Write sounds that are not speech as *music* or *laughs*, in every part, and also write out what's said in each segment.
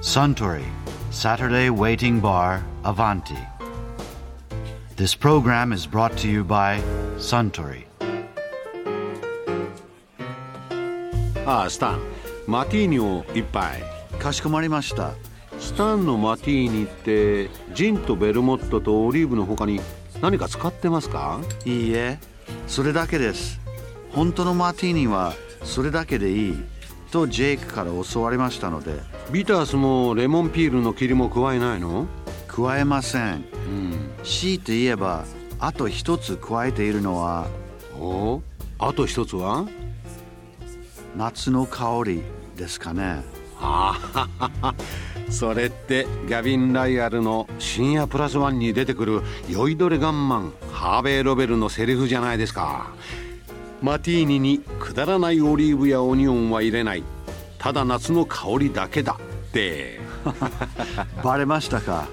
Suntory, Saturday Waiting Bar, Avanti. This program is brought to you by Suntory. ああスタンマティーニを一杯スタンのマティーニってジンとベルモットとオリーブの他に何か使ってますかしこかまりました。いいえ、それだけです。本当のマティーニはそれだけでいい。とジェイクから教わりましたので、ビタースもレモンピールの霧も加えないの加えません。強いて言えば、あと一つ加えているのは、おあと一つは夏の香りですかね。ああ *laughs* それってガビン・ライアルの「深夜プラスワン」に出てくる酔いどれガンマンハーベイ・ロベルのセリフじゃないですかマティーニにくだらないオリーブやオニオンは入れないただ夏の香りだけだって *laughs* バレましたか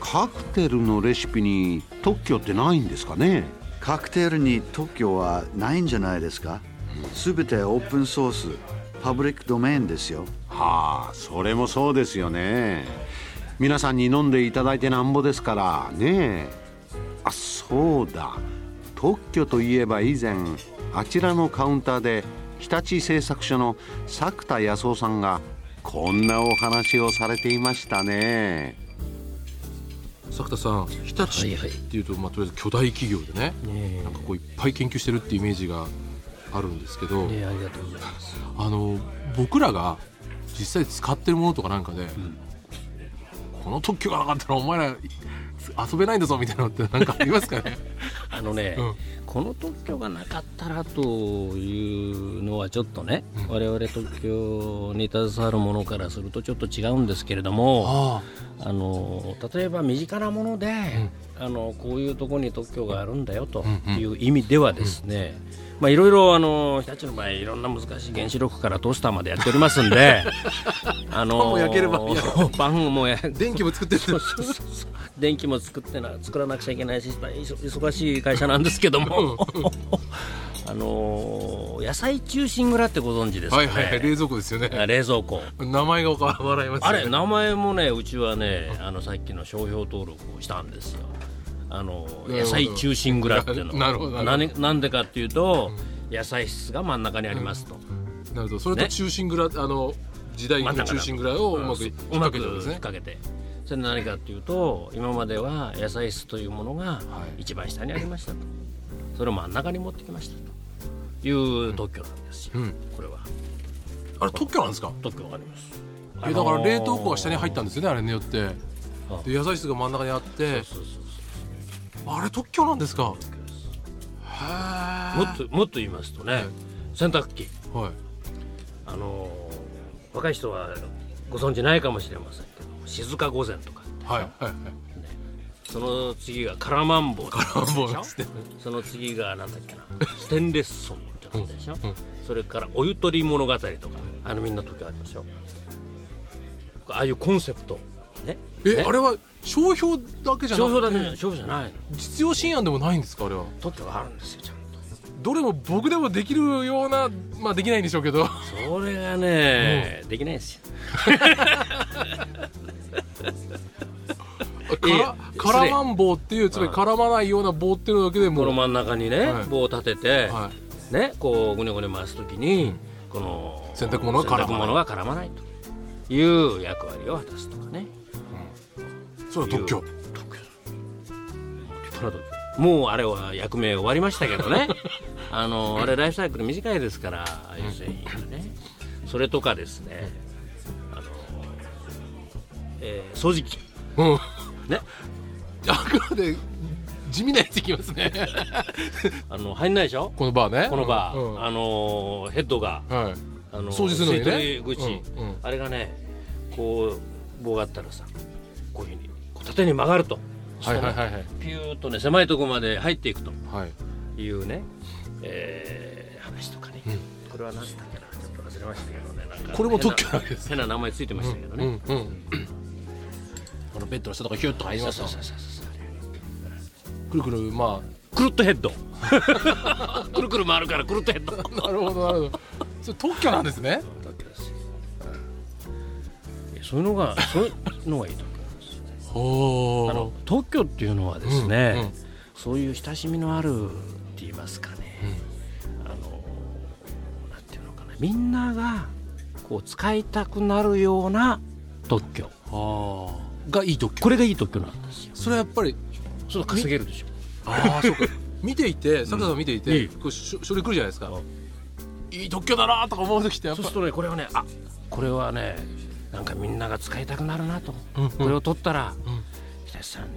カクテルのレシピに特許ってないんですかねカクテルに特許はないんじゃないですかすべてオープンソース、パブリックドメインですよ。はあそれもそうですよね皆さんに飲んでいただいてなんぼですからねえあそうだ特許といえば以前あちらのカウンターで日立製作所の作田康夫さんがこんなお話をされていましたね作田さん日立はいはいっていうと、まあ、とりあえず巨大企業でねねえなんかこういっぱい研究してるってイメージがあるんですけど、ねありがとうございますあの僕らが実際使ってるものとかなんかで、この特許がなかったらお前ら遊べないんだぞみたいなのってなんかありますかねあのね、うんこの特許がなかったらというのはちょっとね、我々特許に携わるものからするとちょっと違うんですけれどもあ *laughs* あの例えば身近なもので、あのこういうところに特許があるんだよとうんうんいう意味ではですね、まあいろいろあの日立の場合いろんな難しい原子力からトースターまでやっておりますん *laughs* であのパンも焼ければいいや *laughs* パンもやあ電気も作ってるそうそうそう電気も作ってな作らなくちゃいけないしまあいそ忙しい会社なんですけども *laughs* あのー野菜中心蔵ってご存知ですかはね、いはいはい冷蔵庫ですよあね冷蔵庫名前が笑いますあよねれ名前もねうちはねあのさっきの商標登録をしたんですよあのなるほど野菜中心蔵っていうのなるほどなるほど何なんでかっていうと、野菜室が真ん中にありますと、なるほどそれとね中心蔵、あの時代劇の中心蔵をうまく引っう掛まくけてるん引っですね掛けてそれ何かっていうと今までは野菜室というものがい一番下にありましたと、それを真ん中に持ってきましたという特許なんですよ、うんこれはあれ特許なんですか特許がありますえだから冷凍庫が下に入ったんですよねあれによってあで野菜室が真ん中にあってそうそうあれ特許なんですかそうへもっともっと言いますとね洗濯機えはいあのー若い人はご存知ないかもしれませんけど静か御前とかはいはいはいその次がカラマンボウあもうですねその次がなんだっけなステンレスソンってなんでしょ、うんうんそれからおゆとり物語とかあのみんな時ありましょああいうコンセプトねえねあれは商標だけじゃ商標なだくけじゃて商標じゃないの実用新案でもないんですかあれは特許があるんですよちゃんとどれも僕でもできるようなまあできないんでしょうけ *laughs* どそれがね、できないですよカラカラマン棒っていうつまり絡まないような棒っていうのだけでもこのう真ん中にね、はい棒を立てて、はねこうぐねぐね回す時に、この洗濯物が絡まない洗濯物が絡まないという役割を果たすとかねそれは特許立派な特許もうあれは役名終わりましたけど *laughs* ねあのあれライフサイクル短いですからああいう製品がねそれとかですねあの、えー掃除機うん *laughs* ねあくまで地味なやついきます *laughs* ねあの入んないでしょこのバーねこのバー、うんうんあのヘッドがはいあの掃除するのにね吸い取り口、うんうんあれがねこう棒があったらさこういうふうにこう縦に曲がるとはいはいはいはいピューッとね狭いところまで入っていくとはいいうね、えー話とかね、これは何だっけなちょっと忘れましたけどねなんかこれも特許変ななわけです変な名前ついてましたけどね、うんうんこのベッドの下とかヒュッと入りそまうすそようそうそうそうくるくるまくるっとヘッド *laughs* くるくる回るからくるっとヘッドあなるほどなるほどそれ特許なんですねだけですよねそういうのがそういうのがいいと思いますほあうの特許っていうのはですね、うんうんそういう親しみのあるって言いますかね、あのなんていうのかなみんながこう使いたくなるような特許あーがいい特許これがいい特許なんですよそれはやっぱりそう稼げるでしょああそうか見ていて作田さん見ていて、いいこうしょ書類来るじゃないですか、いい特許だなーとか思う時ってやっそうぱするとねこれはねあこれはねなんかみんなが使いたくなるなと、うんうんこれを取ったら、ん北地さんに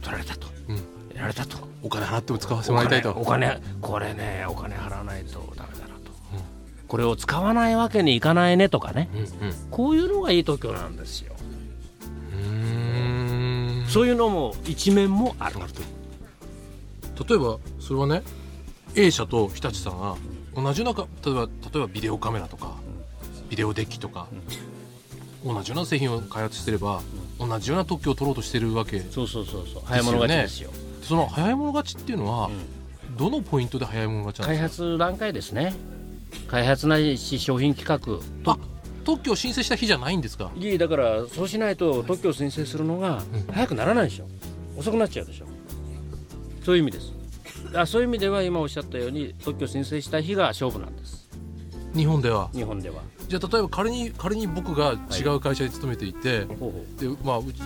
取られたと、んやられたとお金払っても使わせてもらいたいとお金お金これねお金払わないとダメだなと、これを使わないわけにいかないねとかね、こういうのがいい特許なんですよ、うんうんそういうのも一面もある例えばそれはね A 社と日立さんが同じようなか例えば例えばビデオカメラとかビデオデッキとか、同じような製品を開発してれば、同じような特許を取ろうとしてるわけそうそうそうそう早い者勝ちですよその早い者勝ちっていうのは、どのポイントで早い者勝ちなんですか開発段階ですね開発ないし商品企画あ特許を申請した日じゃないんですかいいだからそうしないと特許を申請するのが早くならないでしょ遅くなっちゃうでしょそういう意味ですあそういう意味では今おっしゃったように特許申請した日が勝負なんです日本では日本ではじゃあ例えば仮に仮に僕が違う会社に勤めていて、ほうほうでまあうち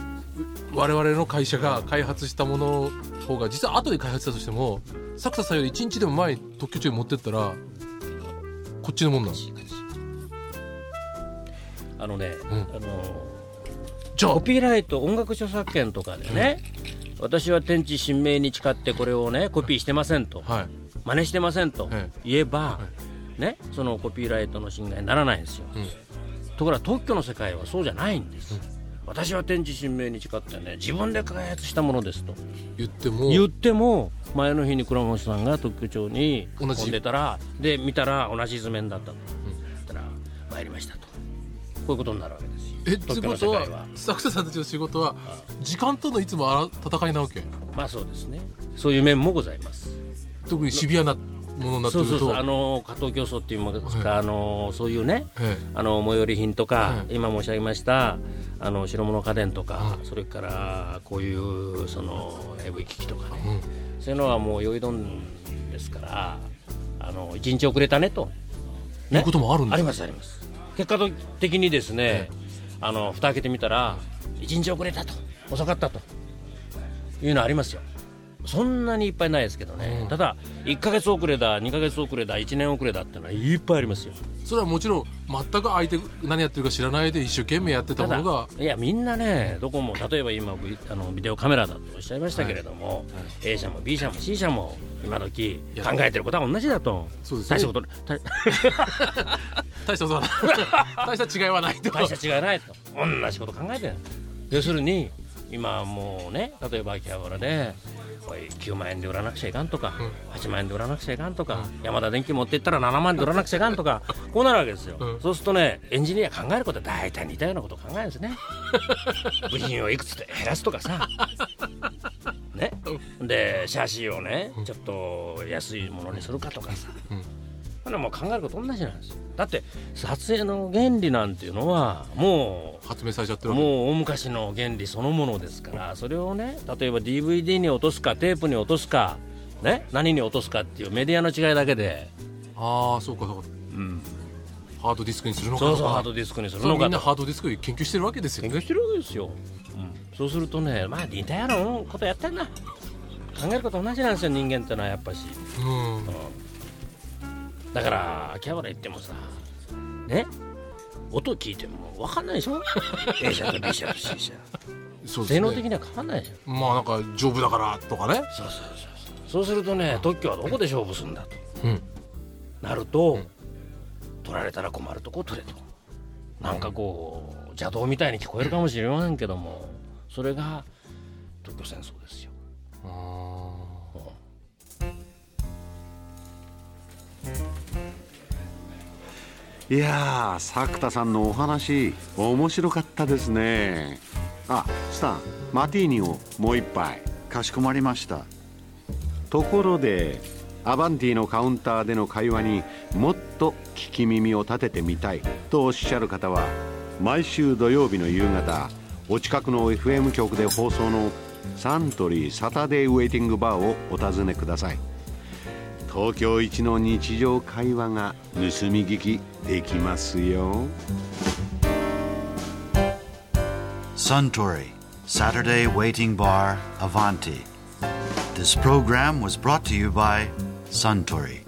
う我々の会社が開発したものの方が実は後で開発したとしても作田さんより1日でも前に特許中持ってったらこっちのもんなんですあのね、んあのじゃあコピーライト音楽著作権とかでね、私は天地神明に誓ってこれをねコピーしてませんと、はい真似してませんとえ言えば、ね、そのコピーライトの侵害にならないんですよ、ところが特許の世界はそうじゃないんです、私は天地神明に誓ってね自分で開発したものですと言っても言っても前の日に倉本さんが特許庁に同じ飛んでたらで見たら同じ図面だったと、だから参りましたとこういうことになるわけですよえって特許このと世は界は作田さんたちの仕事は時間とのいつもあら戦いなわけまあそうですねそういう面もございます特にシビアなものになってそくうるそとうそうあの加藤競争っていいますか、あのそういうね、ええあの最寄り品とか、ええ今申し上げましたあの白物家電とか、それからこういうその AV 機器とかね、そういうのはもう用意どんですからあの1日遅れたねとねいうこともあるんですかありますあります結果的にですね、あの蓋開けてみたら1日遅れたと遅かったというのありますよそんなにいっぱいないですけどね、ただ1か月遅れだ2か月遅れだ1年遅れだっていうのはいっぱいありますよそれはもちろん全く相手何やってるか知らないで一生懸命やってたたもだのがいやみんなねどこも例えば今ビあのビデオカメラだとおっしゃいましたけれども、A 社も B 社も C 社も今時や考えてることは同じだとそうですね大したこと大大したことはない大した違いはないと大した違いないと同じこと考えてる要するに今もうね例えば秋葉原でおい9万円で売らなくちゃいかんとか、8万円で売らなくちゃいかんとか、山田電機持ってったら7万円で売らなくちゃいかんとかこうなるわけですよ、うんそうするとねエンジニア考えることは大体似たようなことを考えるんですね部品をいくつで減らすとか *laughs* さねでシャーシーをねちょっと安いものにするかとかさ、そんなもう考えること同じなんですよだって撮影の原理なんていうのはも発明されちゃってるうわけもう大昔の原理そのものですからそれをね例えば DVD に落とすかテープに落とすか、ね、何に落とすかっていうメディアの違いだけでああそうかそうか、ハードディスクにするのかそとうかそうハードディスクにするそれのみかんなとハードディスク研究してるわけですよ勉強してるわけですよ、うん、そうするとねまあ似たようなことやってんな考えること同じなんですよ人間ってのはやっぱしうんだから秋葉原行ってもさね音聞いても分かんないでし *laughs* ょ A 社と B 社と C 社そうです性ね能的には変わんないでしょまあなんか丈夫だからとかねそうそうそうそうそうするとね特許はどこで勝負するんだとうんなると、取られたら困るとこ取れとなんかこう邪道みたいに聞こえるかもしれませんけどもそれが特許戦争ですよいやー作田さんのお話面白かったですねあスタンマティーニをもう一杯かしこまりましたところでアバンティのカウンターでの会話にもっと聞き耳を立ててみたいとおっしゃる方は毎週土曜日の夕方お近くの FM 局で放送のサントリーサタデーウェイティングバーをお尋ねください東京一の日常会話が盗み聞きできますよ Suntory, Saturday Waiting Bar, Avanti. This program was brought to you by Suntory.